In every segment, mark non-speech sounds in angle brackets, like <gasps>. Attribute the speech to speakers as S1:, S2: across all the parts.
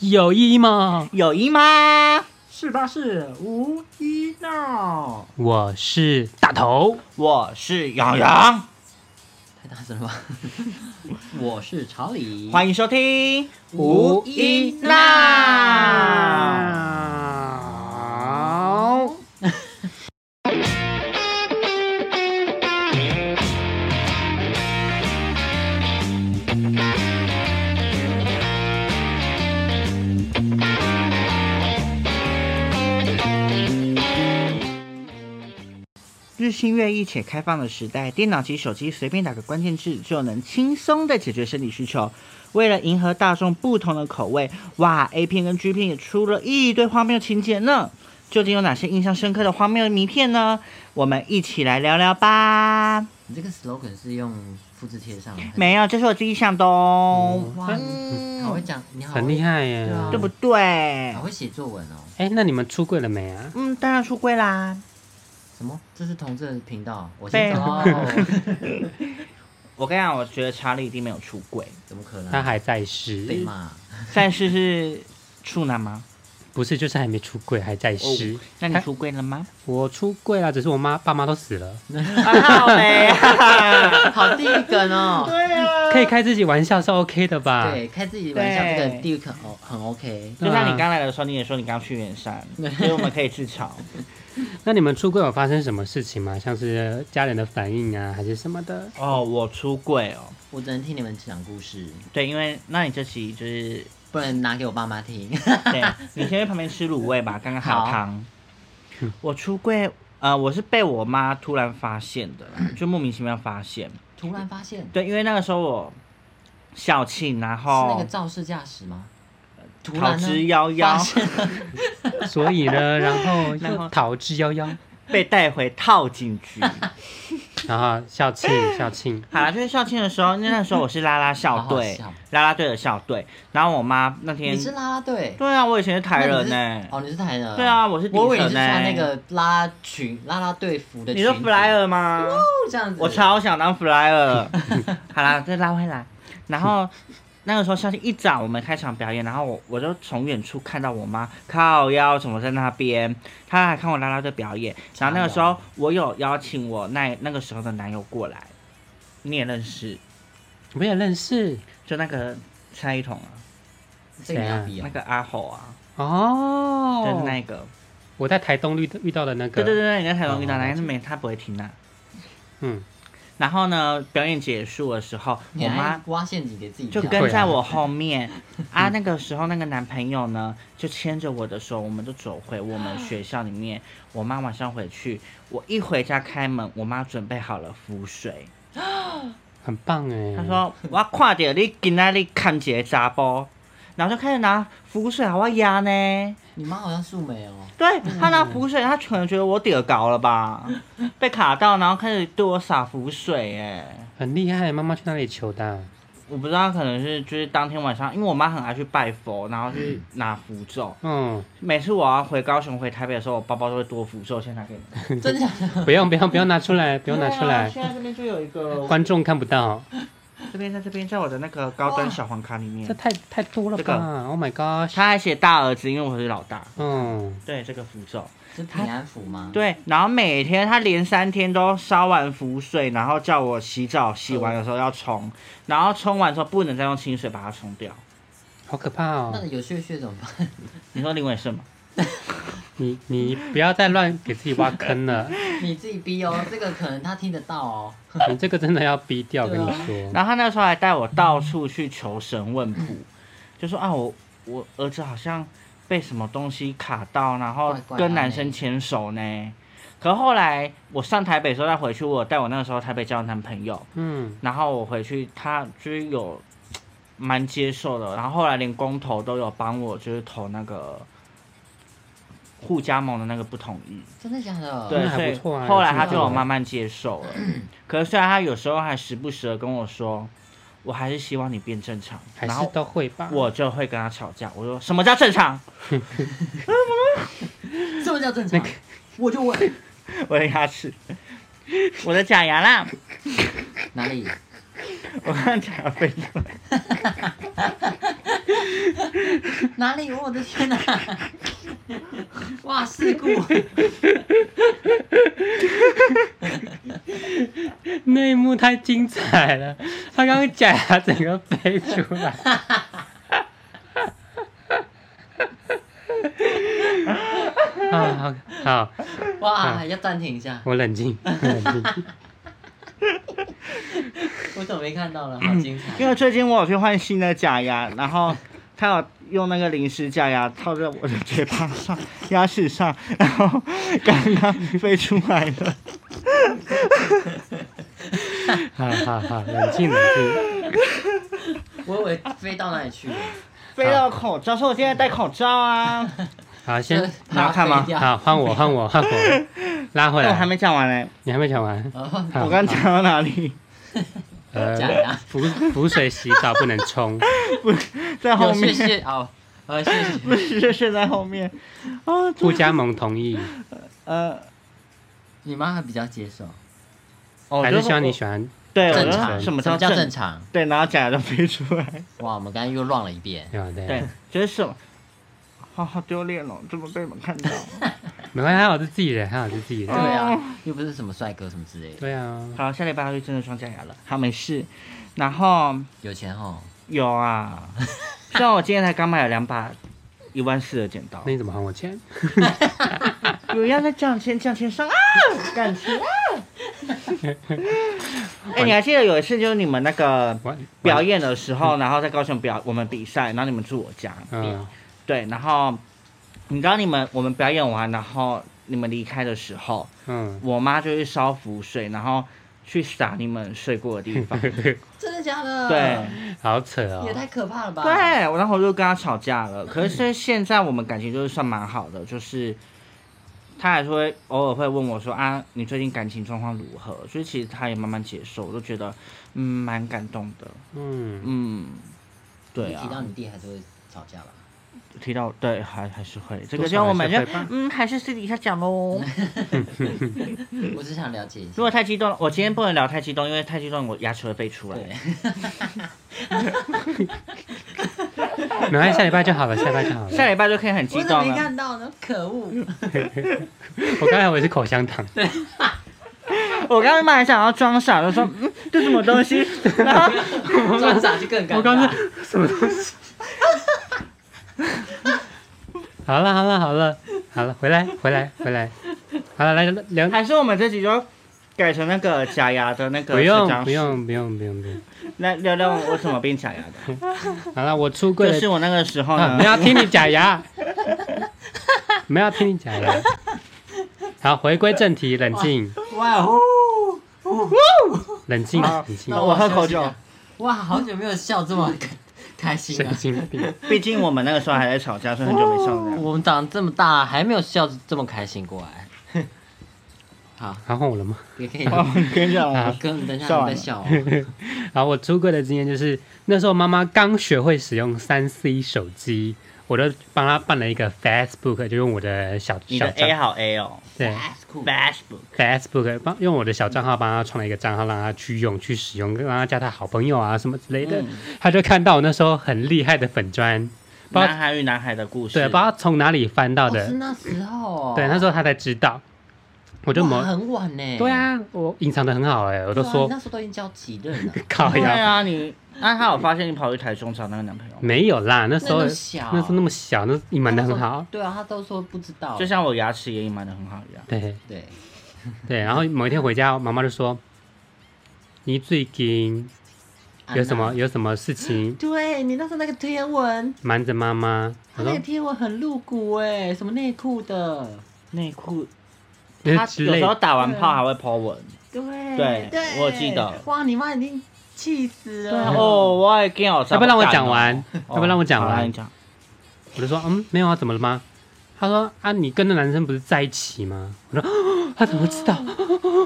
S1: 有意义吗？
S2: 有意吗？
S3: 是吧？是无一闹。
S1: 我是大头，
S2: 我是洋洋，
S3: 太大声
S2: <laughs>
S3: 了吧！我是查理，
S2: 欢迎收听
S3: 无
S2: 一闹。日新月异且开放的时代，电脑及手机随便打个关键字就能轻松的解决生理需求。为了迎合大众不同的口味，哇，A 片跟 G 片也出了一堆荒谬情节呢。究竟有哪些印象深刻的荒谬迷片呢？我们一起来聊聊吧。
S3: 你这个 slogan 是用复制贴上的吗？
S2: 没有，这是我自己想的哦，
S3: 哇，你好会讲，你好
S1: 很厉
S3: 害，
S1: 害耶
S3: 对！啊
S2: 对不对
S3: 好？会写作文哦。
S1: 哎、那你们出柜了没啊？
S2: 嗯，当然出柜啦。
S3: 什么？这是同志的频道，我
S2: 对
S3: 先走。哦
S2: 我跟你讲，我觉得查理一定没有出 <laughs> 柜。
S3: <laughs> 怎么可能？
S1: 他还在
S3: 被
S1: 世，
S2: <laughs>
S3: 骂。
S2: 但是是处男吗？
S1: 不是，就是还没出柜，还在世。
S2: 哦那你
S1: 他
S2: 出柜了吗？
S1: 我出柜啊了，只是我妈爸妈都死了。
S2: 啊，好没啊！
S3: <laughs> 好地狱梗哦。
S2: 对啊，
S1: 可以。开自己玩笑是 OK 的吧？
S3: 对，开自己玩笑，这
S2: 对
S3: 个地狱梗哦，很 OK。
S2: 就像你刚来的时候，你也说你刚去远山，所以我们可以自
S3: <laughs>
S2: 嘲。
S1: 那你们出柜有发生什么事情吗？像是家人的反应啊，还是什么的？
S2: 哦，我出柜哦。
S3: 我只能听你们讲故事，
S2: 对，因为那你这期就是，
S3: 不能拿给我爸妈听。 <laughs>
S2: 对你先去旁边吃卤味吧，刚刚还有
S3: 好
S2: 汤。我出柜，呃，我是被我妈突然发现的啦，
S3: 嗯
S2: 就莫名其妙发现。
S3: 突然发现，
S2: 对，因为那个时候我校庆，然
S3: 是那
S2: 后
S3: 个肇事驾驶吗？突
S2: 哦呃逃
S3: 然呢
S2: 之夭
S3: 发
S2: 夭，
S3: 现
S2: <laughs>
S3: 了
S1: 所以呢，然后
S2: 然后
S1: 又逃之夭夭，
S2: 被带回套警
S3: <laughs>
S2: 局。
S1: 然后校
S2: <laughs>
S1: 庆校庆，
S2: 好了，就是校庆的时候，因为那时候我是啦啦校队，
S3: 好好笑
S2: 啦啦队的校队。然后我妈那天
S3: 你，是啦啦队，
S2: 对啊，我以前是台
S3: 那
S2: 人
S3: 你是
S2: 呢、
S3: 哦，你是台人，
S2: 对啊我是底层
S3: 我以为你是穿
S2: 欸
S3: 那个啦啦裙、啦啦队服的裙
S2: 你
S3: 子，
S2: 说 flyer 吗？
S3: 这样子，
S2: 我超想当 flyer。好 <laughs> 啦，再拉回来。然后 <laughs> 那个时候校庆一早，我们开场表演，然后我我就从远处看到我妈靠腰什么在那边，她还看我啦啦队表演。然后那个时候我有邀请我那那个时候的男友过来，你也认识，
S1: 我也认识
S2: 就那个蔡一彤啊，
S3: 这个你要比
S2: 那
S3: 哦，
S2: 个阿吼啊，
S1: 哦。
S2: 就是那个。
S1: 我在台东遇到遇到的那个，
S2: 对对对对，你在台湾遇到
S1: 哦
S2: 哪
S1: 了解
S2: 但是没他不会听啊。
S1: 嗯，
S2: 然后呢，表演结束的时候，
S3: 你
S2: 我
S3: 还
S2: 妈
S3: 挖陷阱给自己
S2: 就
S3: 跳，
S2: 跟在我后面 <laughs> 啊。那个时候那个男朋友呢，就牵着我的手，我们就走回我们学校里面。我妈晚上回去，我一回家开门，我妈准备好了浮水，
S1: 很棒哎。
S2: 她说：“我看到你今仔日看一个查甫。”然后就开始拿浮水给我压呢，
S3: 你妈好像素
S2: <laughs>
S3: 梅哦，
S2: 对她拿浮水，她可能觉得我底高了吧，被卡到，然后开始对我洒浮水、哎。
S1: 很厉害，妈妈去哪里求的啊？
S2: 我不知道，可能是就是当天晚上，因为我妈很爱去拜佛，然后去拿符咒。 <laughs>
S1: 嗯，
S2: 每次我要回高雄、回台北的时候，我包包都会多符咒，先拿给你。
S3: 真的假的？
S1: 不用不用不用拿出
S2: <laughs>
S1: 来，不用拿出
S2: 对啊嗯
S1: 来，
S2: 现在这边就有一个，
S1: 观众看不到，
S2: 这边在这边，在我的那个高端小黄卡里
S1: 这
S2: 面，
S1: 太太多了
S2: 这个
S1: 吧？Oh my gosh！
S2: 他还写大儿子，因为我是老大。
S1: 嗯，
S2: 对这个符咒，
S3: 是平安符吗？，
S2: 对，然后每天他连三天都烧完符水，然后叫我洗澡，洗完的时候要冲，然后冲完之后不能再用清水把它冲掉。
S1: 好可怕
S3: 那
S1: 哦！
S3: 有血血怎么办？ <laughs>
S2: 你说林伟胜吗？
S1: 你你不要再乱给自己挖坑
S2: <laughs>
S1: 了，
S3: 你自己逼哦，这个可能他听得到哦。
S1: 你这个真的要逼掉，我跟你
S3: 对啊
S1: 说。
S2: 然后他那时候还带我到处去求神问卜，就说啊，我我儿子好像被什么东西卡到，然后
S3: 怪怪的
S2: 跟男生牵手呢。可后来我上台北的时候再回去，我有带我那个时候台北交的男朋友，
S1: 嗯，
S2: 然后我回去他就是有蛮接受的，然后后来连公投都有帮我就是投那个互加盟的那个不同意。
S3: 真的假的？
S2: 对，
S1: 那还
S2: 所以
S1: 不错啊
S2: 后来他
S3: 有
S2: 就
S3: 进步
S2: 有慢慢接受了。 <clears throat> 可是虽然他有时候还时不时的跟我说，我还是希望你变正常，
S1: 还
S2: 然
S1: 是
S2: 后
S1: 都会吧。
S2: 我就会跟他吵架。我说什么叫正常？ <laughs>
S3: 这么叫正常？我就问
S2: 我的牙齿，我的假牙啦， <laughs>
S3: 哪里？ <laughs>
S2: 我刚刚假牙飞出来。
S3: 哪里？我的
S2: <laughs>
S3: 天哪！哇，事故！
S1: <laughs> 那一幕太精彩了，他刚刚假牙整个飞出来， <laughs> 啊，好，好，
S3: 哇，要暂停一下，
S1: 我冷静，我冷静。
S3: 我怎么没看到了？好精彩！
S2: 因为最近我有去换新的假牙，然后他有用那个临时假牙套在我的嘴巴上、牙齿上， <laughs> 然后刚刚飞出来了。 <laughs>
S1: 好好好，冷静冷静。
S3: 我以为飞到哪里去了，
S2: 飞到口罩，所以我现在戴口罩啊。
S1: 好，
S3: 就
S1: 先
S3: 是把它
S2: 你要看吗
S3: 飞掉
S1: 好换我换我换
S2: <laughs>
S1: 我，拉回
S2: 但我呃还
S1: 来。
S2: 没讲完呢、
S1: 你还没讲完？
S3: 哦
S1: 好
S2: 我刚讲到哪里？
S1: 呃
S3: 假牙，
S1: 浮浮水洗澡不能冲。
S2: <laughs> 在后
S3: 有谢
S2: 面，
S3: 谢哦，呃，谢谢。
S2: 不是就是在后面。哦，
S1: 不加盟同意，
S2: 呃，
S3: 你妈还比较接受，
S2: 哦
S1: 还是
S2: 就
S1: 希望你喜欢。
S2: 对，我
S3: 正
S2: 就
S3: 常。
S2: 哎什么
S3: 叫
S2: 叫
S3: 正
S2: 正？
S3: 常？
S2: 对，然后假牙都飞出来。
S3: 哇，我们刚刚又乱了一遍。
S1: 对吧对
S2: 对，就是什么，好好丢脸哦，怎么被你们看到？
S1: 没关系，还好是自己人，还好是自己
S3: 对
S2: 嗯
S1: 人。
S3: 啊，又不是什么帅哥什么之类的，
S1: 对啊，
S2: 好，下礼拜要去真的双假牙了。好，没事。然后
S3: 有钱哦。
S2: 有啊，像我今天才刚买了两把一万四的剪刀
S1: 那，你怎么还我钱？
S2: 有要在降签降签上啊，感情啊。哎、你还记得有一次就是你们那个
S1: 我
S2: 表，演的时候，然后在高雄表我们比赛，然后你们住我家，
S1: 我嗯，
S2: 对，然后你知道你们我们表演完，然后你们离开的时候，
S1: 嗯，
S2: 我妈就去烧符水，然后去撒你们睡过的地方，
S3: 真的假的？
S2: 对。
S1: 嗯好扯
S3: 也
S1: 哦。
S3: 太可怕了吧！，
S2: 对，我然后我就跟他吵架了。可是现在我们感情就是算蛮好的，就是他还是会偶尔会问我说啊，你最近感情状况如何？所以其实他也慢慢接受，我就觉得嗯蛮感动的。
S1: 嗯，
S2: 嗯，对啊，
S3: 提到你弟还是会吵架吧？
S2: 提到对还还是会这个，
S1: 多少
S2: 就我
S1: 还
S2: 们
S1: 是
S2: 就
S1: 会吧嗯
S2: 嗯还是私底下讲喽。
S3: 我只想了解一下
S2: 如。果太激动了，我今天不能聊太激动，因为太激动我牙齿会飞出来。
S3: 对，
S1: 没关系，下礼拜就好了，下礼拜就好
S2: 下
S1: 了。
S2: 礼拜就可以很激
S3: <laughs> 我怎么
S2: 动
S3: 没
S2: 了。
S3: 看到呢？可 <laughs> 恶！
S1: 我刚才我也是口香糖，
S2: 我刚刚本来想要装傻，就说嗯这什么
S1: <laughs>
S2: 东西，然后
S3: 装傻就更尴尬。
S1: 我刚才什么东西？好了好了好了好了，回来回来回来，好了来聊，
S2: 还是我们这集就改成那个假牙的那个
S1: 不用
S2: 社长
S1: 不用不用不用不用。
S2: 来聊聊我怎么变
S1: <laughs>
S2: 假牙的。
S1: 好了，我出柜
S2: 就
S1: 了
S2: 是我那个时候
S1: 啊，
S2: 呢
S1: 没，有要听你假牙，没有要听你假牙。好，回归正题，冷静，
S3: 哇哦！
S1: 冷静，
S2: 好
S1: 冷静
S3: 那，
S2: 我喝口酒
S3: 我休息一下哇，好久没有笑这么开开心
S1: 神
S3: 了。
S1: 经病。
S2: 毕竟我们那个时候还在吵架，所以很久没上了。
S3: 我们长这么大还没有笑这么开心过哎来。好，
S1: 好，换我了吗？
S3: 也可以。
S2: 哦，跟你讲，
S1: 啊
S3: 哥，你等一
S2: 笑
S3: 下
S2: 完
S3: 你
S2: 了
S3: 在笑哦。
S1: 好，我出柜的经验就是那时候妈妈刚学会使用三 C 手机，我就帮她办了一个 Facebook，就用我的小
S2: <laughs> 你的
S1: 小
S2: A
S1: 账
S2: 好 A 哦
S1: 对
S2: ，Facebook。
S1: Facebook 帮用我的小账号帮她创了一个账号，让她去用去使用，让她加她好朋友啊什么之类
S3: 嗯
S1: 的。她就看到我那时候很厉害的粉砖，不知道
S2: 男孩与男孩的故事，
S1: 对，不知道从哪里翻到
S3: 哦
S1: 的
S3: 是。那时候。
S1: 对，那时
S3: 候
S1: 候他才知道，我就某
S3: 很晚呢。
S1: 对，啊，我隐藏的很好哎、我
S3: 我
S1: 都说
S3: 那时候都已经交几任
S1: <laughs>
S3: 了。
S1: 靠
S2: 对
S1: 哎呀，
S2: 啊，你那他有发现你跑去台中找那个男朋友吗？
S1: 没有啦，那时候
S3: 那么小
S1: 那时候那么小，那隐瞒的很好，
S3: 对啊，他都说不知
S1: 嗯
S3: 道。
S2: 就像我牙齿也隐瞒的很好一样。
S1: 对
S3: 对，
S1: 对，然后某一天回家，妈妈就说，你最近有什么
S3: 安娜？
S1: 有什么事情
S3: 对啊你那时候那个贴文，
S1: 瞒着妈妈？
S3: 他
S1: 我
S3: 那
S1: 说
S3: 个贴文很露骨哎，什么内裤的，
S2: 内裤，
S1: 就是
S2: 他
S1: 之
S2: 有
S1: 类
S2: 时候打完
S3: 对
S2: 炮
S3: 啊
S2: 还会 po 文。
S3: 对
S2: 对
S3: 对，
S2: 我记得
S3: 哇，你妈已经气死了。
S2: 哦，我也跟我
S1: 要不要让我讲完？要不要让我讲
S2: 哦好啦
S1: 完
S2: 你？讲。
S1: 我就说嗯，没有啊，怎么了吗？他说啊，你跟那男生不是在一起吗？我说、 <gasps> 哦、他怎么会知道？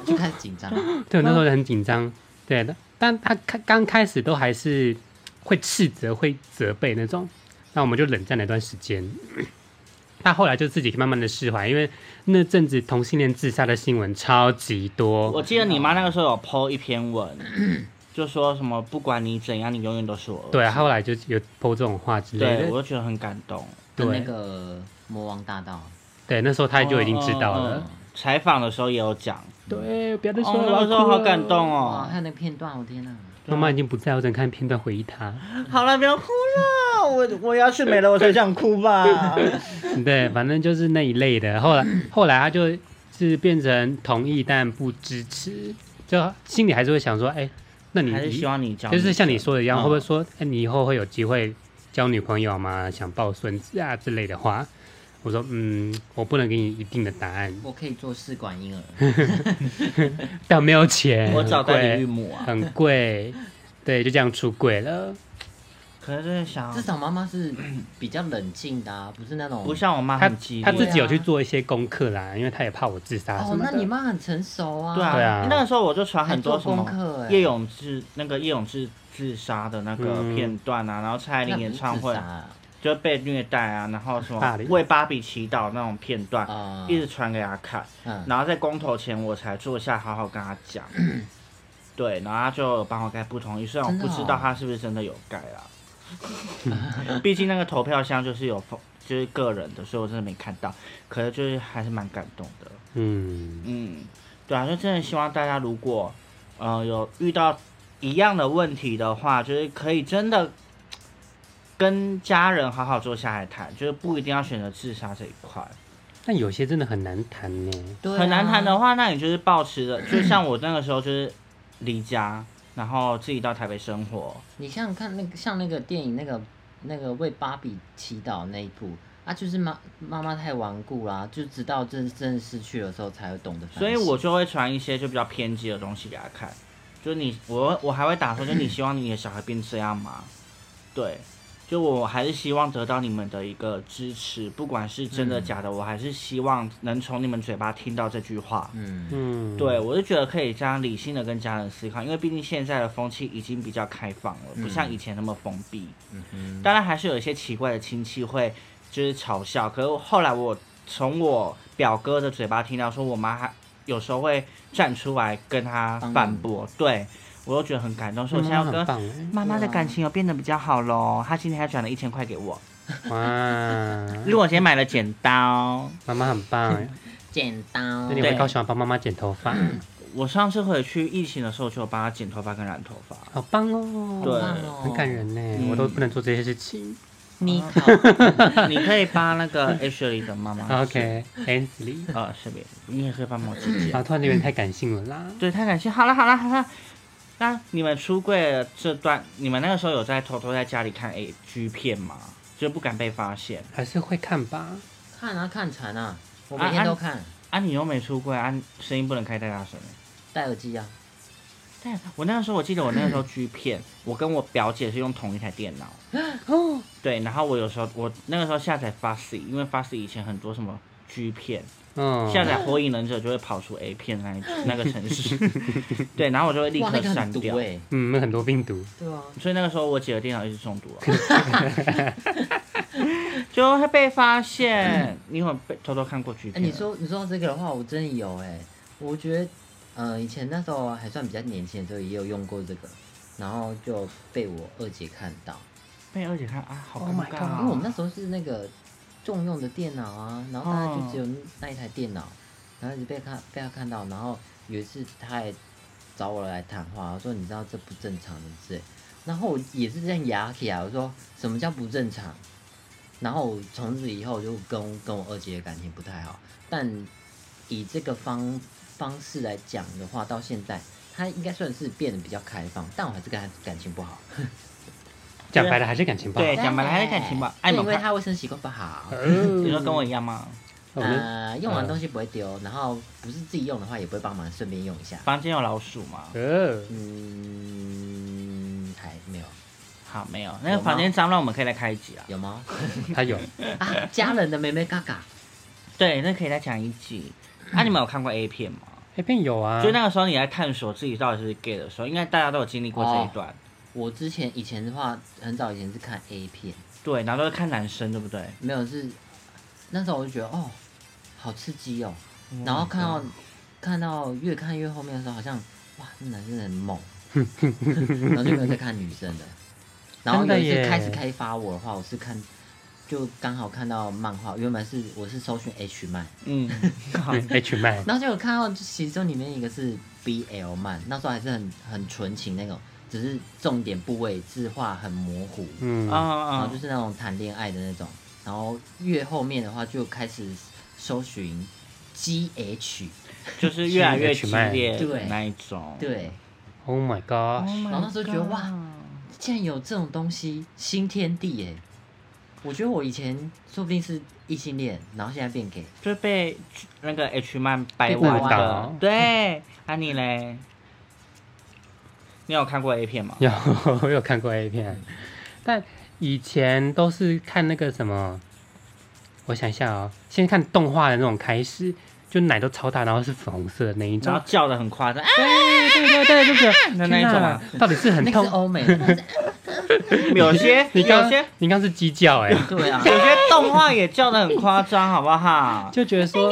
S3: 就开始紧张。
S1: 对，那时
S2: 嗯
S1: 候很紧张，对的。但他开刚开始都还是会斥责、会责备那种，那我们就冷战了一段时间。他后来就自己慢慢的释怀，因为那阵子同性恋自杀的新闻超级
S2: 我
S1: 多，
S2: 记得你妈那个时候有 PO 一篇文，就说什么不管你怎样，你永远都是我儿子。
S1: 对啊，他后来就有播这种话之类
S2: 对我
S1: 的。
S2: 就觉得很感动。
S3: 跟那
S1: 对
S3: 个魔王大道，
S1: 对，那时候他就已经知道
S2: 嗯
S1: 了。
S2: 采访的时候也有讲，
S1: 对，不要再
S2: 哦
S1: 说，了，
S2: 那个时候好感动
S3: 哇，
S2: 哦。
S3: 还有那个片段，我天哪！
S1: 妈妈已经不在，我只能看片段回忆她。
S2: 好了，不要哭了，我我要是没了，我才想哭吧。嗯
S1: 对，反正就是那一类的。后
S2: <clears throat>
S1: 来后来他就是变成同意但不支持，就心里还是会想说，哎、那 <laughs> 你
S2: 还是希望你讲，
S1: 就是像你说的一样，
S2: 嗯
S1: 会不会说，哎、你以后会有机会交女朋友吗？想抱孙子啊之类的话？我说，嗯，我不能给你一定的答案，
S3: 我可以做试管婴儿，
S1: 但没有钱，
S2: 我找
S1: 很
S2: 代
S1: 贵
S2: 理育母啊？
S1: 很贵，对，就这样出轨了。
S2: 可是真的想
S3: 至，少妈妈是比较冷静的、啊，不是那种
S2: 不像我妈
S1: 他
S2: 很激
S1: 他自
S2: 烈。
S1: 己有去做一些功课啦，因为他也怕我自杀什
S3: 哦，
S1: 么
S3: 那
S1: 的。
S3: 你妈很成熟啊，
S2: 对
S1: 对
S2: 啊
S1: 啊，
S2: 那个时候我就传很多
S3: 还
S2: 什
S3: 做
S2: 么
S3: 功课欸
S2: 叶永志那个叶永志自杀的那个
S1: 嗯
S2: 片段啊，然后蔡依林
S3: 那不是
S2: 演
S3: 自
S2: 唱会
S3: 杀啊
S2: 就被虐待啊，然后什么
S1: 霸凌
S2: 为芭比祈祷那种片段，
S3: 啊，
S2: 一直传给他看。
S3: 嗯，
S2: 然后在公投前我才坐下好好跟他讲， <clears throat> 对，然后他就帮我盖不同意，虽然我
S3: 真的
S2: 不
S3: 哦
S2: 知道他是不是真的有盖啦， <laughs> 毕竟那个投票箱就是有封就是个人的，所以我真的没看到，可是就是还是蛮感动的，
S1: 嗯，
S2: 嗯，对啊，就真的希望大家如果呃有遇到一样的问题的话，就是可以真的。跟家人好好坐下来谈，就是不一定要选择自杀这一块。
S1: 但有些真的很难谈呢。
S3: 对啊
S2: 很难谈的话，那你就是保持的，就像我那个时候就是离家，然后自己到台北生活，
S3: 你想想看，那个像那个电影那个那个为芭比祈祷那一部啊，就是妈妈妈太顽固啦，就直到真真的失去的时候才会懂得反省。
S2: 所以我就会传一些就比较偏激的东西给他看，就是你我我还会打说，就是你希望你的小孩变这样吗？对，就我还是希望得到你们的一个支持，不管是真
S3: 嗯
S2: 的假的，我还是希望能从你们嘴巴听到这句话。
S3: 嗯，
S1: 嗯，
S2: 对，我就觉得可以这样理性的跟家人思考，因为毕竟现在的风气已经比较开放了，不像以前那么封闭。
S3: 嗯
S2: 当然还是有一些奇怪的亲戚会就是嘲笑，可是后来我从我表哥的嘴巴听到说，我妈还有时候会站出来跟他
S3: 帮你
S2: 反驳，对我就觉得很感动，所以
S1: 妈妈
S2: 我现在
S1: 很
S2: 要跟
S1: 棒
S2: <laughs>
S1: 哎
S2: 妈妈的
S3: 对啊
S2: 感情有变得比较好喽。她今天还转了一千块给我，因
S1: 哇，
S2: 为我今天买了剪刀。
S1: 妈妈很
S2: <laughs>
S1: 棒哎。
S3: 剪刀。
S1: 那你
S2: 对
S1: 回高雄要帮妈妈剪头发，
S2: 嗯我上次回去疫情的时候，就有帮她剪头发跟染头发。
S1: 好棒哦。
S2: 对嗯
S1: 很感。人呢，我都不能做这些事情。
S3: 你好，
S2: <laughs> 你可以帮那个 Ashley 的妈妈。
S1: OK，Ansley，
S2: 呃，嗯是的，你也可以帮我剪。
S1: 啊，突然有点太感性了啦。
S2: 对，太感谢。好了好了好了，那你们出柜的这段，你们那个时候有在偷偷在家里看 A G 片吗？就不敢被发现
S1: 还是会看吧，
S3: 看啊看馋啊，我
S2: 啊
S3: 每天
S2: 啊
S3: 都看，
S2: 啊？你又没出柜啊？声音不能开太大声。
S3: 戴耳机啊。
S2: 但我那个时候，我记得我那个时候 G 片，我跟我表姐是用同一台电脑。
S1: 哦，
S2: 对，然后我有时候我那个时候下载 Fussy，因为 Fussy 以前很多什么 G 片，
S1: 嗯，
S2: 下载火影忍者就会跑出 A 片那一 <laughs> 那个城市。对，然后我就会立
S3: 哇，那
S2: 刻
S3: 个
S2: 删
S3: 很毒
S2: 掉。
S3: 哎、
S1: 嗯，那很多病毒，
S3: 对啊，
S2: 所以那个时候我姐的电脑一直中毒、啊， <laughs> 就会被发现。你有被偷偷看过剧
S3: 哎、
S2: 片啊吗？
S3: 你说你说到这个的话，我真的有哎、我觉得，呃，以前那时候还算比较年轻的时候，也有用过这个，然后就被我二姐看到，
S2: 被二姐看啊，好
S1: Oh
S2: 尴
S1: my
S2: 尬、
S3: 因
S2: 啊
S3: 为我们那时候是那个重用的电脑啊，然后大家就只有那一台电脑，然后一直被看被她看到，然后有一次她还找我来谈话，我说你知道这不正常的之类，然后我也是这样牙起来，我说什么叫不正常？然后我从此以后就跟跟我二姐的感情不太好，但以这个方方式来讲的话，到现在她应该算是变得比较开放，但我还是跟她感情不好。
S1: 讲白了还是感情不好
S2: 对。讲白了还是感情不好
S3: 对
S2: 哎你们
S3: 因为
S2: 看
S3: 她卫生习惯不好。
S2: 你
S1: 你
S2: 说跟我一样吗？
S1: 我们
S3: 呃，用完东西不会丢，然后不是自己用的话，也不会帮忙顺便用一下。
S2: 房间有老鼠吗？
S1: 呃，
S3: 嗯，还没有，
S2: 好，没有。那个房间脏乱，我们可以来开一集啊。
S3: 有吗？
S1: 他
S2: <laughs>
S1: 有，
S3: 啊，家人的妹妹嘎嘎，
S2: 对，那可以再讲一集。啊，你们有看过 A 片吗？
S1: 哎，便有啊，
S2: 就那个时候你在探索自己到底是不是 gay 的时候，应该大家都有经历过这一段。
S3: 我之前以前的话，很早以前是看 A 片，
S2: 对，然后都是看男生，对不对？
S3: 没有是那时候我就觉得哦，好刺激哦，
S1: 嗯
S3: 然后看到看到越看越后面的时候，好像哇，那男生很猛，然后就没有再看女生的。然后
S1: 真的
S3: 有一
S1: 耶
S3: 次开始开发我的话，我是看就刚好看到漫画，原本是我是搜寻 H 漫，
S2: 嗯，
S1: <laughs>
S2: 好，
S1: H
S2: 啊
S1: 漫，
S3: 然后就有看到就其中里面一个是 BL 漫，那时候还是很很纯情那种，只是重点部位字画很模糊，
S1: 嗯
S2: 啊
S3: 然后
S2: 啊
S3: 就，是那种谈恋爱的那种。然后越后面的话就开始搜寻 GH，
S2: 就是越来越激烈
S3: 嗯对
S2: 那一种。
S3: 对，
S1: ，Oh my
S2: Oh
S1: gosh，
S2: my
S3: 然后那时候觉得
S2: God
S3: 哇竟然有这种东西，新天地耶！我觉得我以前说不定是异性恋，然后现在变 gay，
S2: 就被那个 H 曼掰
S3: 被
S2: 弯
S3: 误
S2: 的
S1: 导。
S2: 对，安妮嘞，你有看过 A 片吗？
S1: <laughs> 有我有看过 A 片，但以前都是看那个什么，我想一下哦，先看动画的那种开始，就奶都超大，然后是粉红色的那一
S2: 然
S1: 种
S2: 后，叫的很夸张，啊
S1: 对对对对，就是
S2: 那那一种啊，
S1: 到底是很
S3: 那个
S1: 痛
S3: 是？欧美的，
S2: <laughs> 有些
S1: 你
S2: 有
S1: 刚
S2: 些
S1: 你刚是鸡叫哎、
S3: 对啊，
S2: 有些动画也叫的很夸张，好不好？
S1: 就觉得说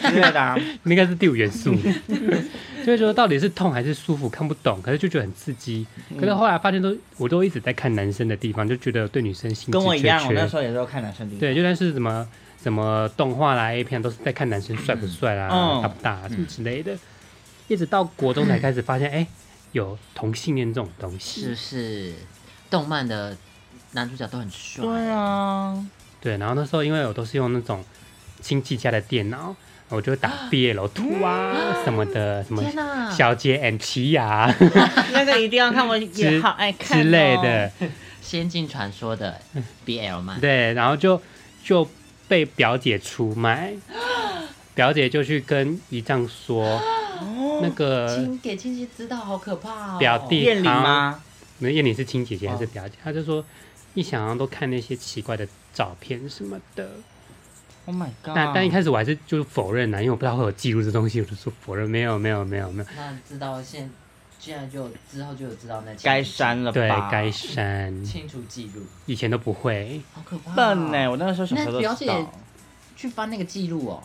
S2: 对的啊，
S1: <laughs> 那个是第五元素，就会觉得到底是痛还是舒服看不懂，可是就觉得很刺激。
S2: 嗯
S1: 可是后来发现都我都一直在看男生的地方，就觉得对女生兴
S2: 跟我
S1: 致
S2: 一
S1: 缺
S2: 样，我那时
S1: 缺。
S2: 候也是看男生的。
S3: 嗯
S1: 对，就算是什么什么动画啦、A 片啊，都是在看男生帅不帅啦、
S2: 嗯
S1: 大不大、啊、什么之类的。一直到国中才开始发现，哎、有同性恋这种东
S3: 嗯是
S1: 西。
S3: 不是？动漫的男主角都很帅，
S2: 对，啊，
S1: 对，然后那时候因为我都是用那种亲戚家的电脑，我就会打 BL 图啊什么的，什么
S3: 天哪
S1: 小姐 and 奇雅。
S2: 那个一定要看，我也
S1: 之
S2: 好爱看哦
S1: 之类的，
S3: 《仙境传说》的 BL 漫，
S1: 对，然后就就被表姐出
S3: <gasps>
S1: 卖，表姐就去跟姨丈说，
S2: 哦
S1: 那个
S3: 亲给亲戚知道好可怕哦。
S1: 表弟
S2: 艳丽吗？
S1: 那燕你是亲姐姐还是
S2: 哦
S1: 表姐，她就说一想要都看那些奇怪的照片什么的，
S2: Oh my god！
S1: 但但一开始我还是就是否认啊啦，因为我不知道会有记录这东西，我就说否认，没有没有没有没有，
S3: 那知道现，居然就之后就有知道那清除
S2: 该删了吧？
S1: 对，该删，
S3: 清除记录，
S1: 以前都不会，
S3: 好可怕、哦。
S2: 笨呢，我那个时候小时候都
S3: 那表
S2: 知
S3: 姐
S2: 道。
S3: 去翻那个记录哦。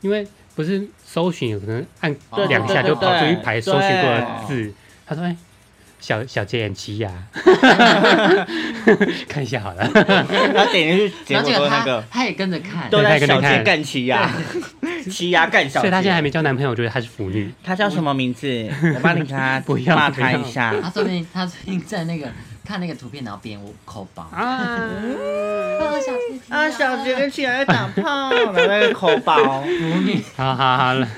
S1: 因为不是搜寻有可能按
S3: 对
S1: 两下
S3: 对对
S1: 就跑出
S2: 对
S1: 一排搜寻过的
S2: 对
S1: 字，他说哎。小小姐眼奇呀， <laughs> 看一下好了。
S2: 然后点进去，结
S3: 然
S2: 果
S3: 后
S2: 都是那
S3: 结果他
S2: 个
S3: 他也跟着看，
S2: 都在
S1: 对他也
S2: 小杰
S1: 跟着看
S2: 干奇牙，奇牙干
S1: <laughs>
S2: 小
S1: 所
S2: 杰。
S1: 以她现在还没交男朋友，我觉得她是腐女。
S2: 他叫什么名
S1: <laughs>
S2: 字？我帮你给他
S1: 不要
S2: 骂他
S1: 不
S2: 一
S1: 要
S2: 下。
S3: 他说不定他最近在那个看那个图片，然后边抠包啊，
S1: 啊，
S3: 小姐姐
S2: 啊，小杰跟奇牙在打炮，然后那个口宝，
S1: 好好好了。 <laughs>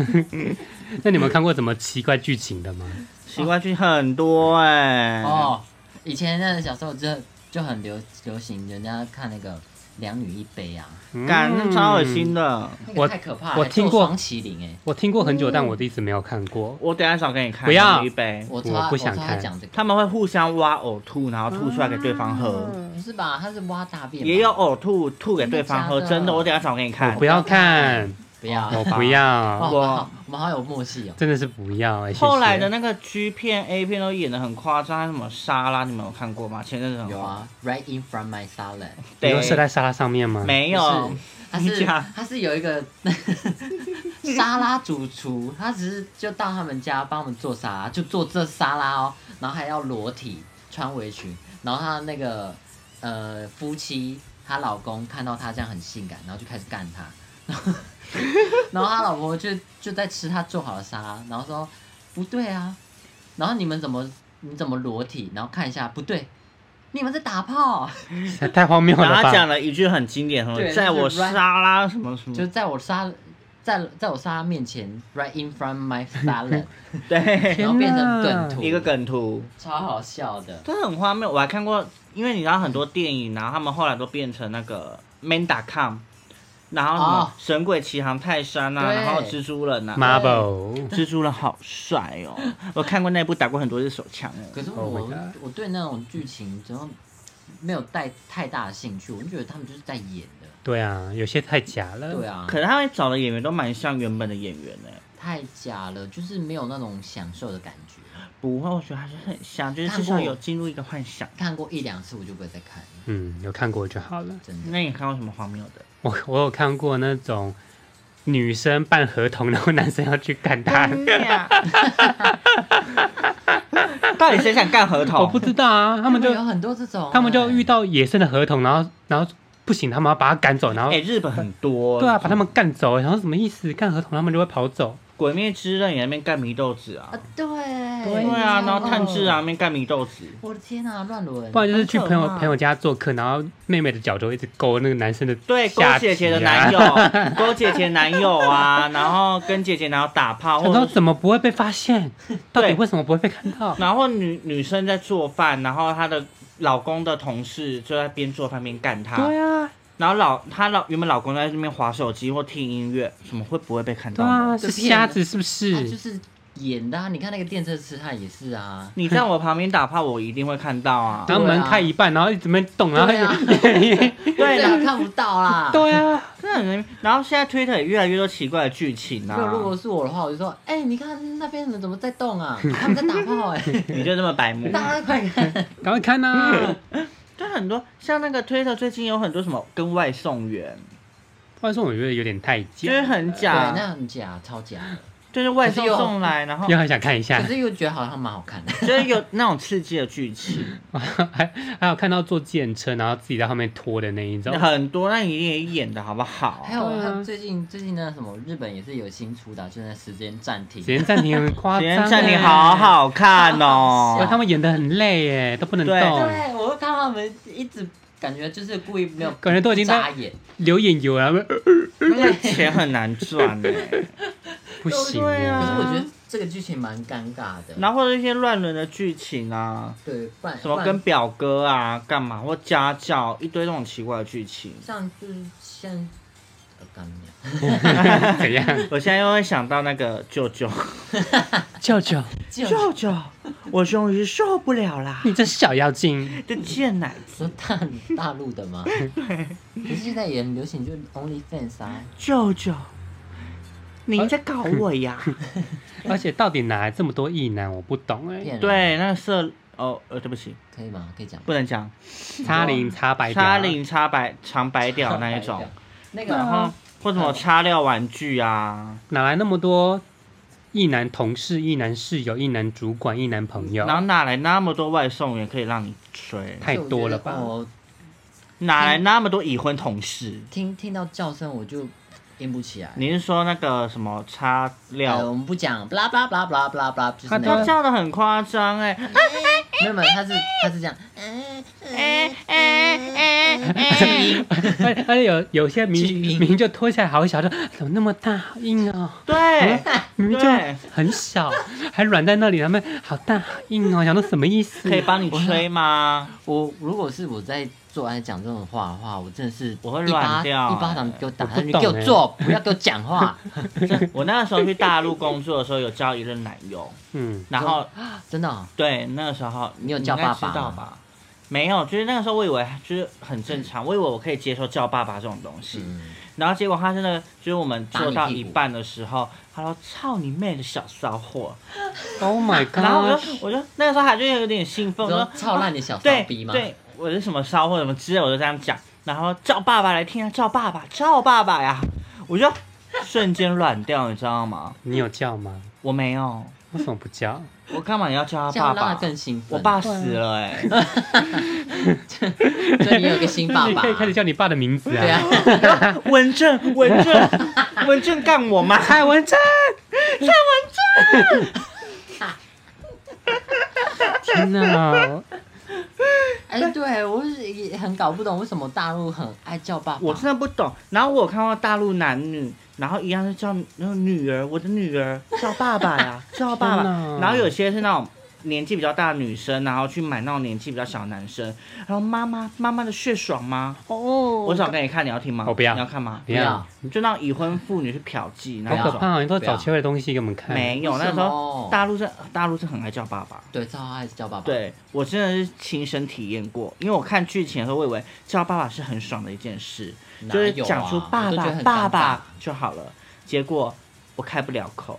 S1: 那你们看过什么奇怪剧情的吗？
S2: 奇怪剧很多哎。
S3: 哦，以前那个小时候就就很流流行，人家看那个两女一杯啊，
S2: 干，那超恶心。的。
S3: 那
S1: 我
S3: 个太可怕了，
S1: 我
S3: 还
S1: 听
S3: 做
S1: 过
S3: 双麒麟哎，
S1: 嗯我听过很久，但我一直没有看过。
S2: 我等一下找给你看。
S1: 不要
S2: 喝一杯。
S3: 我超
S1: 我不想
S3: 我超爱
S1: 看
S3: 讲这个，
S2: 他们会互相挖呕吐，然后吐出来给对方喝，
S3: 不是吧？他是挖大便吧，
S2: 也有呕吐吐给对方喝，
S3: 真的假的
S2: 真的，我等一下找给你看。
S1: 不要看，
S3: 不要
S1: <laughs>
S3: 哦
S1: 我不要，
S2: 我
S3: 我们好我们好有默契哦，
S1: 真的是不要。哎谢谢
S2: 后来的那个 G 片、A 片都演的很夸张，什么沙拉，你们有看过吗？前阵子很
S3: 有
S2: 红，
S3: 啊，right in from my salad，
S1: 你
S2: 对
S1: 说，射在沙拉上面吗？
S2: 没
S3: 不
S2: 有
S3: 是，他
S2: 你
S3: 是
S2: 讲
S3: 他是有一
S2: <laughs>
S3: 个沙拉主厨，他只是就到他们家帮我们做沙拉，就做这沙拉哦，然后还要裸体穿围裙，然后他那个呃夫妻，她老公看到她这样很性感，然后就开始干她， <laughs> 然后然后他老婆就就在吃他做好的沙拉，然后说不对啊，然后你们怎么你怎么裸体，然后看一下不对，你们在打炮，
S1: 太荒谬
S2: 然后
S1: 了
S2: 他
S1: 吧
S2: 讲？了一句很经典，什么
S3: 对
S2: 在我
S3: 就是 right-
S2: 沙拉什么
S1: 嗯
S2: 什
S3: 就
S2: 么，
S3: 在我沙在在我沙拉面前，right in front
S1: <laughs>
S3: my salad。
S2: 对，
S3: 然后变成梗图，
S2: 一个梗图，
S3: 超好笑的。
S2: 这很荒谬。我还看过，因为你知道很多电影，然后他们后来都变成那个 man.com，然后什么
S3: 哦
S2: 神鬼奇航泰山啊，
S3: 对
S2: 然后蜘蛛人啊，
S1: Marble，
S2: 蜘蛛人好帅哦！我看过那部，打过很多次手枪
S3: 可
S2: 哦。
S3: 是
S1: Oh my
S3: 我、
S1: God
S3: 我对那种剧情怎么没有带太大的兴趣，我就觉得他们就是在演的。
S1: 对啊，有些太假了。
S3: 对啊，
S2: 可是他们找的演员都蛮像原本的演员呢、
S3: 太假了，就是没有那种享受的感觉。
S2: 不会，我觉得还是很像，就是至
S3: 看
S2: 少
S3: 过
S2: 有进入一个幻想。
S3: 看过一两次我就不会再看，了，
S1: 嗯，有看过就好了。
S3: 真的。
S2: 那你看过什么荒谬的？
S1: 我我有看过那种女生办合同，然后男生要去干他，
S2: 嗯啊 <laughs> 到底谁想干合
S1: 我
S2: 同
S1: 不？知道啊，他们就
S3: 有很多这种，啊
S1: 他们就遇
S3: 到
S1: 到野生的合同，然后然后不行，他们要把他赶走，然后
S2: 哎、日本很多，
S1: 对啊，把他们干走，然后什么意思？干合同他们就会跑走，
S2: 《鬼灭之刃》也在那边干祢豆子啊
S3: 啊，，对对
S2: 对啊，然后炭治啊，那边干祢豆子，
S3: 我的天啊，乱伦
S1: 不，然就是去
S2: 很
S1: 朋
S2: 可
S1: 友
S2: 怕
S1: 朋友家做客，然后妹妹的脚就一直勾那个男生的
S2: 对，勾
S1: 下
S2: 姐
S1: 体
S2: 姐的
S1: 啊
S2: 男友，勾姐姐男友啊，然后跟姐姐然后打炮，
S1: 想
S2: 或
S1: 说
S2: 者是
S1: 怎么不会被发现？到底
S2: 对
S1: 为什么不会被看到？
S2: 然后女女生在做饭，然后她的老公的同事就在边做饭边干她，
S1: 对啊，
S2: 然后老她老原本老公在那边划手机或听音乐，什么会不会被看
S1: 对
S2: 到呢？
S1: 啊，
S3: 就是骗
S1: 瞎
S3: 了
S1: 子是不？
S3: 他啊就是是演的啊，你看那个电车痴汉也是啊，
S2: 你在我旁边打炮，我一定会看到啊。
S1: 然后门
S3: <laughs> 对啊
S1: 开一半，然后一直没动，然后
S3: 对啊
S2: 对
S3: 啊，
S2: 啦，
S3: 看不到
S1: <laughs>
S3: 啦。
S1: 对啊，
S2: 真的很容易。然后现在 Twitter 也越来越多奇怪的剧情
S3: 如果
S2: 啊。
S3: 如果是我的话，我就说，哎、你看那边人怎么在动啊？ <laughs> 他们在打炮哎、
S2: 你就这么白目，
S3: <laughs> 大家快看！
S1: 赶快看啊呐！
S2: 对很多像那个 Twitter 最近有很多什么跟外送员，
S1: 话说我觉得有点太假
S2: 就，是很
S3: 对，
S2: 假，
S3: 那很假，超假的。
S2: 就是外
S3: 可
S2: 送
S3: 是又
S2: 送来，然后
S1: 又很想看一
S3: 可
S1: 下。
S3: 是又觉得好像蛮好看的。
S2: 就是有那种刺激的剧情，
S1: 还 <laughs> 还有看到坐电车，然后自己在后面拖的那一
S2: <laughs>
S1: 种，
S2: 很多，那你也演的好不好
S3: 还？有，
S1: 对啊
S3: 还有最近最近那什么，日本也是有新出的啊，就那时间暂停
S1: 时。间暂停很夸
S2: 《
S1: 张欸，
S2: 天战》你好哎 <laughs> 好看
S1: 哇，他
S2: 哦，
S1: 们演的很累耶，都不能
S2: 对
S1: 动，
S3: 对，我就看他们一直感觉就是故意没有，
S1: 感觉都已经在
S3: 眨眼，
S1: 流眼油啊，呃
S2: 那个钱很难赚哎。
S1: 不行
S2: 对
S3: 可
S2: 啊
S1: 耶。
S3: 是我觉得这个剧情蛮尴尬的。
S2: <laughs> 然后或者一些乱伦的剧情啊，
S3: 对，不然
S2: 什么
S3: 不
S2: 跟
S3: 然
S2: 表哥啊干嘛，或家教一堆这种奇怪的剧情。
S3: 像就是像呃干
S1: <laughs>
S3: 娘，
S1: 怎样？
S2: 我现在又会想到那个舅舅，
S1: 舅舅，
S2: <laughs> 舅舅，我终于受不了啦！
S1: 你这小妖精，
S2: 这贱奶子，
S3: 说大大陆的吗？可是现在也很流行，就是 OnlyFans 啊，
S2: 舅舅，你在搞我呀？
S1: 而且到底哪来这么多异男？我不懂哎。
S3: 骗
S2: <laughs>
S3: 人
S2: 对，那个色哦，呃，对不起，
S3: 可以吗？可以讲吗。
S2: 不能讲，
S1: 擦零擦白条啊
S2: 插领插白长白屌那一
S3: <laughs>
S2: 种，啊
S3: 那个
S2: 然后或什么插料玩具啊，
S1: 哪来那么多异男同事、异男室友、异男主管、异男朋友
S2: 然？后哪来那么多外送员可以让你吹？
S1: 太多了吧？
S2: 哦
S3: 我哦
S2: 哪来那么多已婚同事？
S3: 听听到叫声我就硬不起来。
S2: 你是说那个什么插
S3: 呃，我
S2: 料？
S3: 们不讲，b l a 拉 b l a 拉 b l a b l a 就是那
S1: 他
S2: 他
S3: 个，
S2: 叫的很夸张哎，
S3: 没有没有，他是他是这样，
S4: 哎哎哎哎！
S1: 而 <laughs> 且而且有有些明
S3: 居
S1: 明
S3: 民
S1: 明就脱下来好小，就怎么那么大，好硬哦。
S2: 对，
S1: 明明就
S2: 对
S1: 很小，还软在那里，他们好大好硬哦，想说什么意思？
S2: 可以帮你吹吗？
S3: <laughs> 我如果是我在做爱讲这种话的话，我真的是
S2: 我会
S3: 一巴
S2: 软掉
S3: 一巴掌给我打
S1: 我不
S3: 下去，
S1: 懂
S3: 给我
S1: 欸
S3: 做，不要给我讲话，
S2: 我那个时候去大陆工作的时候，有交一任男友，
S1: 嗯，
S2: 然后
S3: 真的哦。
S2: 对那个时候
S3: 你有叫爸爸
S2: 应该知道吧？没有，就是那个时候我以为就是很正常，我以为我可以接受叫爸爸这种东西，
S3: 嗯，
S2: 然后结果他真的就是我们做
S3: 打
S2: 到
S3: 你屁
S2: 一
S3: 股
S2: 半的时候，他说：“操你妹的小骚货
S1: Oh my！” god！
S2: <laughs> 然后我就我就那个时候还就有点兴奋，
S3: 呃
S2: 我
S3: 你
S2: 说啊
S3: 说：“操烂你小骚
S2: 对
S3: 逼吗？
S2: 对，我是什么骚货什么之类，我就这样讲。然后叫爸爸来听啊，叫爸爸，叫爸爸呀！我就瞬间软掉，你知道吗？
S1: 你有叫吗？
S2: 我没有，
S1: 为什么不叫？
S2: 我干嘛要叫
S3: 这
S2: 他
S3: 样
S2: 爸
S3: 让他
S2: 爸？
S3: 更兴奋。啊
S2: 我爸死了哎、
S3: <laughs> 所以你有一个新爸
S1: 你
S3: 爸
S1: 可以，开始叫你爸的名字
S3: 对
S1: 啊
S3: 啊，，
S2: 文正，文正，文正干我吗？ <laughs>
S1: 蔡文正，蔡文正。天 <laughs> 哪！
S3: <laughs> 哎，对我是也很搞不懂为什么大陆很爱叫爸爸。
S2: 我真的不懂。然后我有看到大陆男女，然后一样是叫那种女儿，我的女儿叫爸爸呀，叫爸爸
S1: 天哪。
S2: 然后有些是那种年纪比较大的女生，然后去买那种年纪比较小的男生，然后妈妈妈妈的血爽吗？
S1: 哦
S2: 我想给你看，你要听吗？
S1: 我不要
S2: 你要看吗？
S1: 不
S3: 不
S1: 要
S3: 要，
S2: 就那种已婚妇女去嫖妓那
S1: 好可
S2: 种。
S1: 怕！啊你都
S3: 不
S1: 找
S3: 要
S1: 奇怪的东西给我们看。
S2: 没有，
S3: 为什
S2: 那
S3: 么哦
S2: 时候大陆是大陆是很爱叫爸爸，
S3: 对超爱叫爸爸。，
S2: 对我真的是亲身体验过，因为我看剧情的时候，我以为叫爸爸是很爽的一件事，
S3: 哪
S2: 就是
S3: 有啊
S2: 讲出爸
S3: 我都觉
S2: 爸
S3: 得很
S2: 爸
S3: 尴
S2: 爸就好了。结果我开不了口，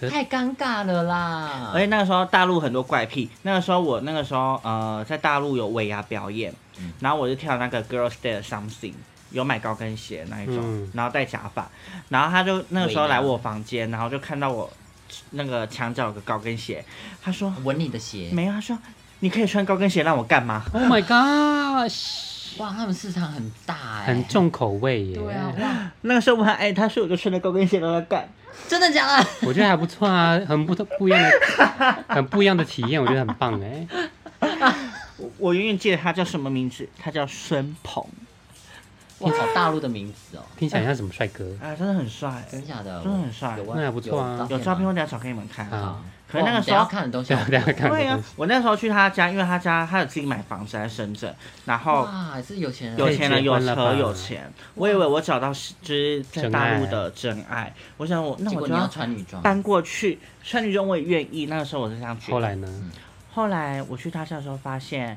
S1: 对
S3: 太尴尬了啦。
S2: 而且那个时候大陆很多怪癖，那个时候我那
S3: 嗯
S2: 个时候呃在大陆有尾牙表演，然后我就跳那个 Girl Stay Something，有买高跟鞋那一种，
S1: 嗯
S2: 然后戴假发，然后他就那个时候
S3: 为难
S2: 来我房间，然后就看到我那个墙角有个高跟鞋，他说
S3: 闻你的鞋。
S2: 没有，他说你可以穿高跟鞋让我干嘛？
S1: Oh my gosh，
S3: 哇，他们市场很大哎、
S1: 很。重口味耶。
S3: 对啊，哇，
S2: 那个时候我还爱他，所以我就穿着高跟鞋让他干。
S3: 真的假的？
S1: 我觉得还不错啊，很不不一样的， <laughs> 很不一样的体验，我觉得很棒哎。
S2: 我我永远记得他叫什么名字，他叫孙鹏
S3: 哇，好大陆的名字哦，
S1: 听起来像什么帅哥？
S2: 啊，真的很帅、
S3: 真假的？
S2: 真的很帅
S3: 有啊
S1: 那还不错啊
S2: 有照片我
S3: 吗
S2: 等一下找给你们看。
S1: 好
S3: 好
S2: 可是那个
S3: 哇
S2: 时
S3: 等一
S2: 候
S3: 下看的都
S1: 对
S3: 想
S1: 啊，大家啊看
S2: 对
S1: 这
S2: 呀、
S1: 东西。
S2: 我那时候去他家，因为他家他有自己买房子在深圳，然后
S3: 哇，是有钱人，
S2: 有钱人有
S1: 嗯可以结婚了
S2: 车
S1: 吧
S2: 有钱，我以为我找到是就是在大陆的真爱，我想我那
S3: 结
S2: 我
S3: 果
S2: 就
S3: 你
S2: 要
S3: 要穿女装，
S2: 搬过去，穿女装我也愿意。那个时候我是这样觉得。
S1: 后来呢？
S2: 后来我去他家的时候发现。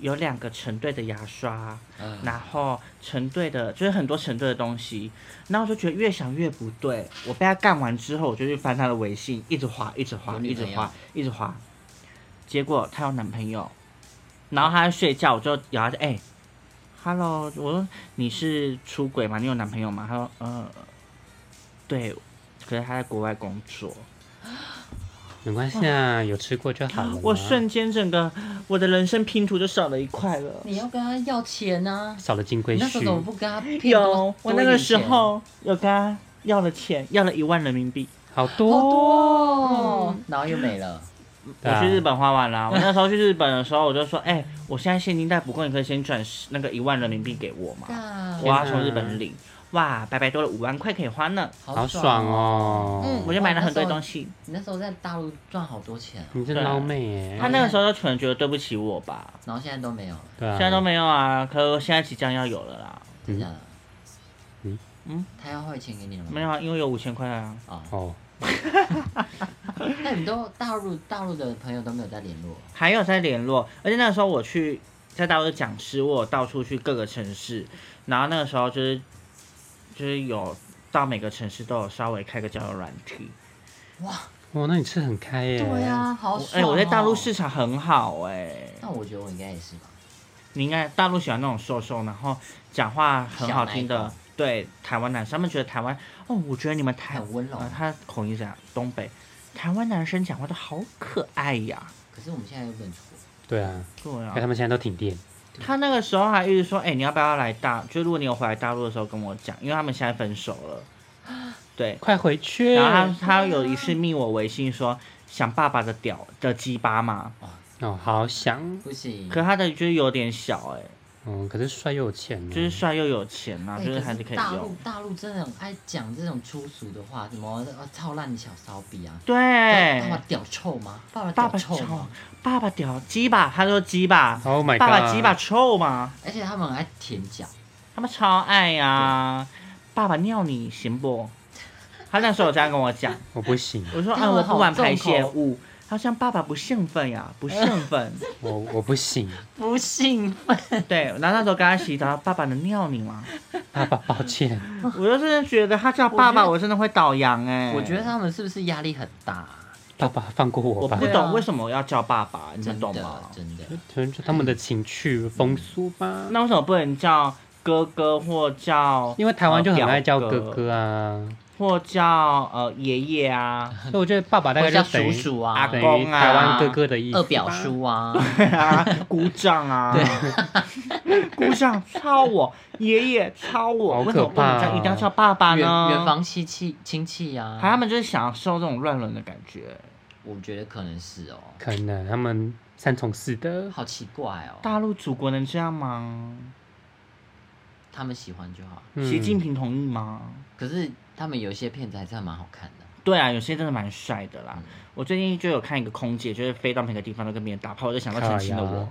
S2: 有两个成对的牙刷，
S3: 嗯
S2: 然后成对的，就是很多成对的东西，然后我就觉得越想越不对。我被他干完之后，我就去翻他的微信，一直滑，一直滑，
S3: 有
S2: 一
S3: 女
S2: 直
S3: 朋友
S2: 滑，一直滑。结果她有男朋友，然后她在睡觉，我就摇她说：“哎、h e l l o 我说你是出轨吗？你有男朋友吗？”她说：“呃，对，可是她在国外工作。
S1: 没关系啊，有吃过就好了啦。
S2: 我瞬间整个我的人生拼图就少了一块了。
S3: 你要跟他要钱啊？
S1: 少了金龟
S3: 你那时候怎么
S1: 婿，
S3: 不
S2: <laughs>
S3: 跟他骗
S2: 有
S3: 多，
S2: 我那个时，
S3: 多
S2: 候有跟她要了钱，要了一万人民币。
S1: 好
S3: 一点钱好
S1: 多。
S3: 多哦，然后又没了，
S1: 对啊
S2: 我去日本花
S1: <laughs>
S2: 完了、我那时候去日本的时候，我就说，哎、我现在现金带不够，你可以先转十那个一万人民币给我
S3: 啊
S2: 嘛，我
S3: 哇，
S2: 要从日本领。哇，白白多了五万块可以花呢，
S1: 好爽！哦！
S3: 嗯
S2: 我就买了很多东西。
S3: 哦你那时候在大陆赚好多钱哦，
S1: 你这捞妹
S2: 他
S3: 啊
S1: 哎，
S2: 那个时候就可能觉得对不起我吧，
S3: 然后现在都没有了，
S1: 对啊，
S2: 现在都没有啊，可我现在即将要有了啦。
S3: 真的假的？嗯
S1: 嗯
S2: 嗯
S3: 他要汇钱给你了吗？
S2: 没有啊，因为有五千块啊，
S3: 哦，
S1: 哦，
S3: 那你们都大陆大陆的朋友都没有在联络，啊
S2: 还有在联络，而且那个时候我去在大陆讲师，我有到处去各个城市，然后那个时候就是就是有到每个城市都有稍微开个交友软体。
S1: 哇，哦那你吃很开耶！
S3: 对，啊，好
S2: 我
S3: 爽！
S2: 哎、
S3: 哦
S2: 我在大陆市，场很好哎、
S3: 那我觉得我应该也是吧。
S2: 你应该大陆喜欢那种瘦瘦，然后讲话很好听
S3: 小奶
S2: 的
S3: 狗，
S2: 对台湾男生，他们觉得台湾哦，我觉得你们台
S3: 很温柔啊
S2: 呃他口音是这样，东北台湾男生讲话都好可爱呀，
S3: 可是我们现在又不能出国，
S1: 对啊，
S2: 对啊
S1: 哎，他。们现在都停电，
S2: 他那个时候还一直说，哎、你要不要来大？就如果你有回来大陆的时候跟我讲，因为他们现在分手了， <gasps> 对。
S1: 快回去！
S2: 然后他他有一次密我微信说，想爸爸的屌的鸡巴嘛，
S1: 哦，好想，
S3: 不行。
S2: 可他的就是有点小哎、
S1: 嗯，可是帅又有钱呢，
S2: 就是帅又有钱呐、
S3: 哎
S2: 啊就是
S3: 可
S2: 还嗯是可以
S3: 大陆
S2: 用。
S3: 大陆真的很爱讲这种粗俗的话，什么呃操烂你小骚逼啊，
S1: 哎
S3: 爸爸
S2: 对，
S3: 屌臭吗？爸
S2: 爸
S3: 爸
S2: 爸
S3: 屌臭
S2: 臭
S3: 吗？，
S2: 爸爸屌鸡巴，他说鸡巴，
S1: Oh my god！
S2: 爸爸鸡巴臭吗？
S3: 而且他们很爱舔脚，
S2: 他们超爱呀、爸爸尿你行不？他那时候有这样跟我讲，
S1: 我不行，
S2: 我说嗯，
S3: 他们
S2: 我
S3: 好
S2: 不玩
S3: 重
S2: 排泄
S3: 口
S2: 物。他像爸爸不兴奋
S3: <laughs>
S2: 呀，不兴奋。
S1: 我我不
S2: <laughs>
S1: 行，
S3: 不兴奋。
S2: 对，然后那时候跟他洗澡，爸爸能尿你
S3: <laughs>
S2: 吗？
S1: 爸爸抱歉，
S2: 我就真的觉得他叫爸
S3: 我
S2: 爸，
S3: 觉得
S2: 我真的会倒羊哎、
S3: 我觉得他们是不是压力很大啊？
S1: 爸爸放过我
S2: 我
S1: 吧
S2: 不，
S3: 对啊
S2: 懂为什么要叫爸爸，
S1: 哎
S2: 你们
S3: 真
S2: 懂
S3: 的
S2: 吗？
S3: 真的，
S1: 可能就他们的情趣风俗吧。
S2: 那为什么不能叫哥哥或叫
S1: 因为台湾就很爱叫
S2: 呃
S1: 哥
S2: 表
S1: 哥啊，
S2: 或叫呃爷爷啊？ <laughs>
S1: 所以我觉得爸爸大概
S3: 或
S1: 就
S3: 叫
S1: 等
S3: 叔
S1: 于
S3: 叔
S2: 阿
S3: 啊
S1: 等，于
S2: 公啊
S1: 台湾哥哥的意思吧。
S3: 二表
S1: <laughs>
S3: 叔啊，
S2: 啊，鼓掌啊， <laughs> 鼓掌操我，爷爷操我，
S1: 好
S2: 为什
S1: 可
S2: 么不
S1: 怕哦
S2: 能叫一定要叫爸爸
S3: 远
S2: 呢？
S3: 啊远房亲戚亲戚啊，
S2: 还他们就是享受这种乱伦的感觉。
S3: 我觉得可能是哦，
S1: 可能他们三从四德，
S3: 好奇怪哦，
S2: 大陆祖国能这样吗？
S3: 他们喜欢就好。
S1: 嗯
S2: 习近平同意吗？
S3: 可是他们有一些片子还真的蛮好看的，
S2: 对啊，有些真的蛮帅的啦
S3: 嗯。
S2: 我最近就有看一个空姐，就是飞到每个地方都跟别人打炮，我就想到
S1: 靠
S2: 曾经的
S1: 腰
S2: 我。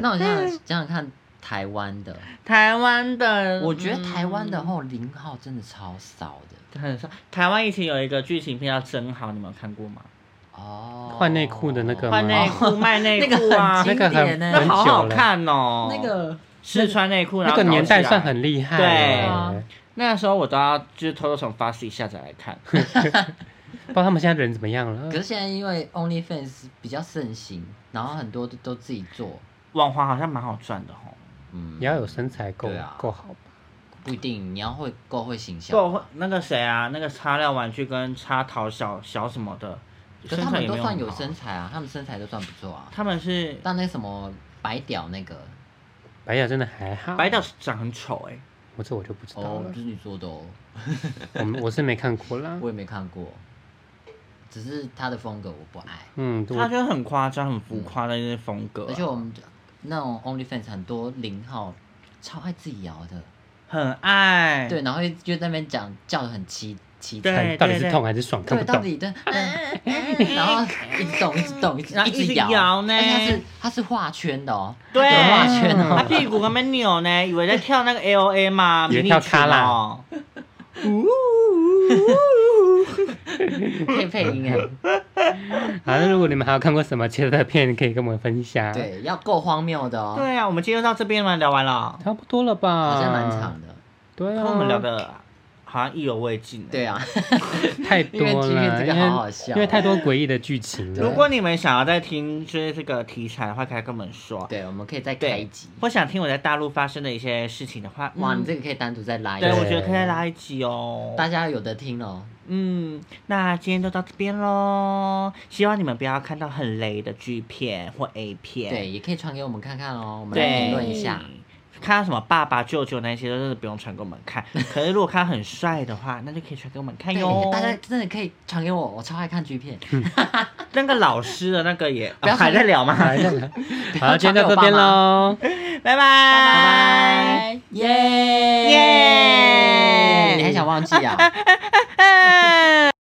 S3: 那我想想想看台湾的，
S2: 台湾的，
S3: 我觉得台湾的
S2: 嗯
S3: 后零号真的超少的
S2: 很少。台湾以前有一个剧情片叫《真好》，你们有看过吗？
S3: 哦。
S1: 换内裤的那个干嘛
S2: 换内裤卖内
S3: 那个
S2: 裤啊，
S3: <laughs> 很
S1: 那个
S3: 经典欸
S1: 很
S3: 呢
S2: 那
S1: 很
S2: 好
S1: 久
S2: 好
S1: 了，
S2: 看哦，
S3: 那个
S2: 试穿内裤，然
S1: 那
S2: 后
S1: 个年代
S2: 搞起来
S1: 算很厉害
S2: 对啊
S1: 欸。
S2: 那个时候我都要就是偷偷从 f a s 下载来
S1: <laughs>
S2: 看，
S1: 不知道他们现在人
S3: 呃
S1: 怎么样了
S3: 可。是现在因为 OnlyFans 比较盛行，然后很多都都自己做，
S2: 网黄好像蛮好赚的哦，
S3: 嗯，
S1: 你要有身材够
S3: 对啊
S1: 够好吧？
S3: 不一定，你要会够会形象，
S2: 够那个谁啊，那个擦料玩具跟插桃小小什么的，
S3: 可
S2: 身
S3: 是他
S2: 材
S3: 们
S2: 也
S3: 都
S2: 没
S3: 算
S2: 有
S3: 有
S2: 很好
S3: 身，材啊，他们身材都算不错啊。
S2: 他们是
S3: 但那什么白屌那个，
S1: 白鸟真的还好，
S2: 白岛长很丑哎、
S1: 我这我就不知道
S3: 哦，
S1: 了
S3: 不，是你说的哦，
S1: 我们我是没看过啦。
S3: 我也没看过，只是他的风格我不爱。
S1: 嗯，
S2: 他
S1: 我
S2: 就是很夸张、很浮夸的那些风格啊、
S3: 嗯而且我们那种 OnlyFans 很多零号超爱自己摇的，
S2: 很爱，
S3: 对，然后就在那边讲叫的很凄凄
S2: 对
S3: 惨，
S1: 看到底是痛还是爽看
S3: 对，
S1: 不
S3: 到
S1: 懂。
S3: 底的， <laughs> 然后一直动一直动
S2: <laughs>
S3: 一直
S2: 然后一直
S3: 直
S2: 摇呢
S3: 而且它是它是画圈的哦，
S2: 对啊
S3: 有画
S2: <laughs>
S3: 圈
S2: 他
S3: 哦，
S2: 屁股跟边扭呢，以为在跳那个 L A 嘛，
S1: 以
S2: 迷
S1: 为
S2: 你
S1: 跳
S2: 裙哦。
S3: 可以 <laughs> 配音哎，
S1: <laughs> 好，那如果你们还有看过什么其他的片，可以跟我们分享。，
S3: 对，要够荒谬的哦，
S2: 对啊，我们今天就到这边了，聊完了，
S1: 差不多了吧？
S3: 好像蛮长。的，
S1: 对啊，
S2: 我们聊的好像意犹未尽。
S3: 对。啊， <laughs>
S1: 太多
S3: 因为今天
S1: 了，因
S3: 这个
S1: 为
S3: 好好笑哦
S1: 因为太多诡异的剧情
S2: 欸如
S1: 了。
S2: 果你们想要再听就是这个题材的话，可以跟我们说。
S3: 对，我们可以再开
S2: 对
S3: 一集，，
S2: 或想听我在大陆发生的一些事情的话，
S3: 哇，
S2: 嗯
S3: 你这个可以单独再拉一集
S2: 对，，我觉得可以再拉一集哦。
S3: 大家有的听哦，
S2: 嗯，那今天就到这边喽。希望你们不要看到很雷的剧片或 A 片。
S3: 对，也可以传给我们看看哦，我们来
S2: 对，
S3: 评论一下。。
S2: 看到什么爸爸、舅舅那些，都是不用传给我们
S3: <laughs>
S2: 看。可是如果看到很帅的话，那就可以传给我们看哟
S3: 对，。大家真的可以传给我，我超爱看 G 片。
S2: 嗯那个老师的那个也、
S3: 不要
S2: 哦还在聊
S3: <laughs>
S2: 吗？
S1: 好， <laughs> 好今天到这边喽。
S2: 拜拜
S3: 拜拜，耶
S2: 耶
S3: 你还想忘记啊？
S2: 拜。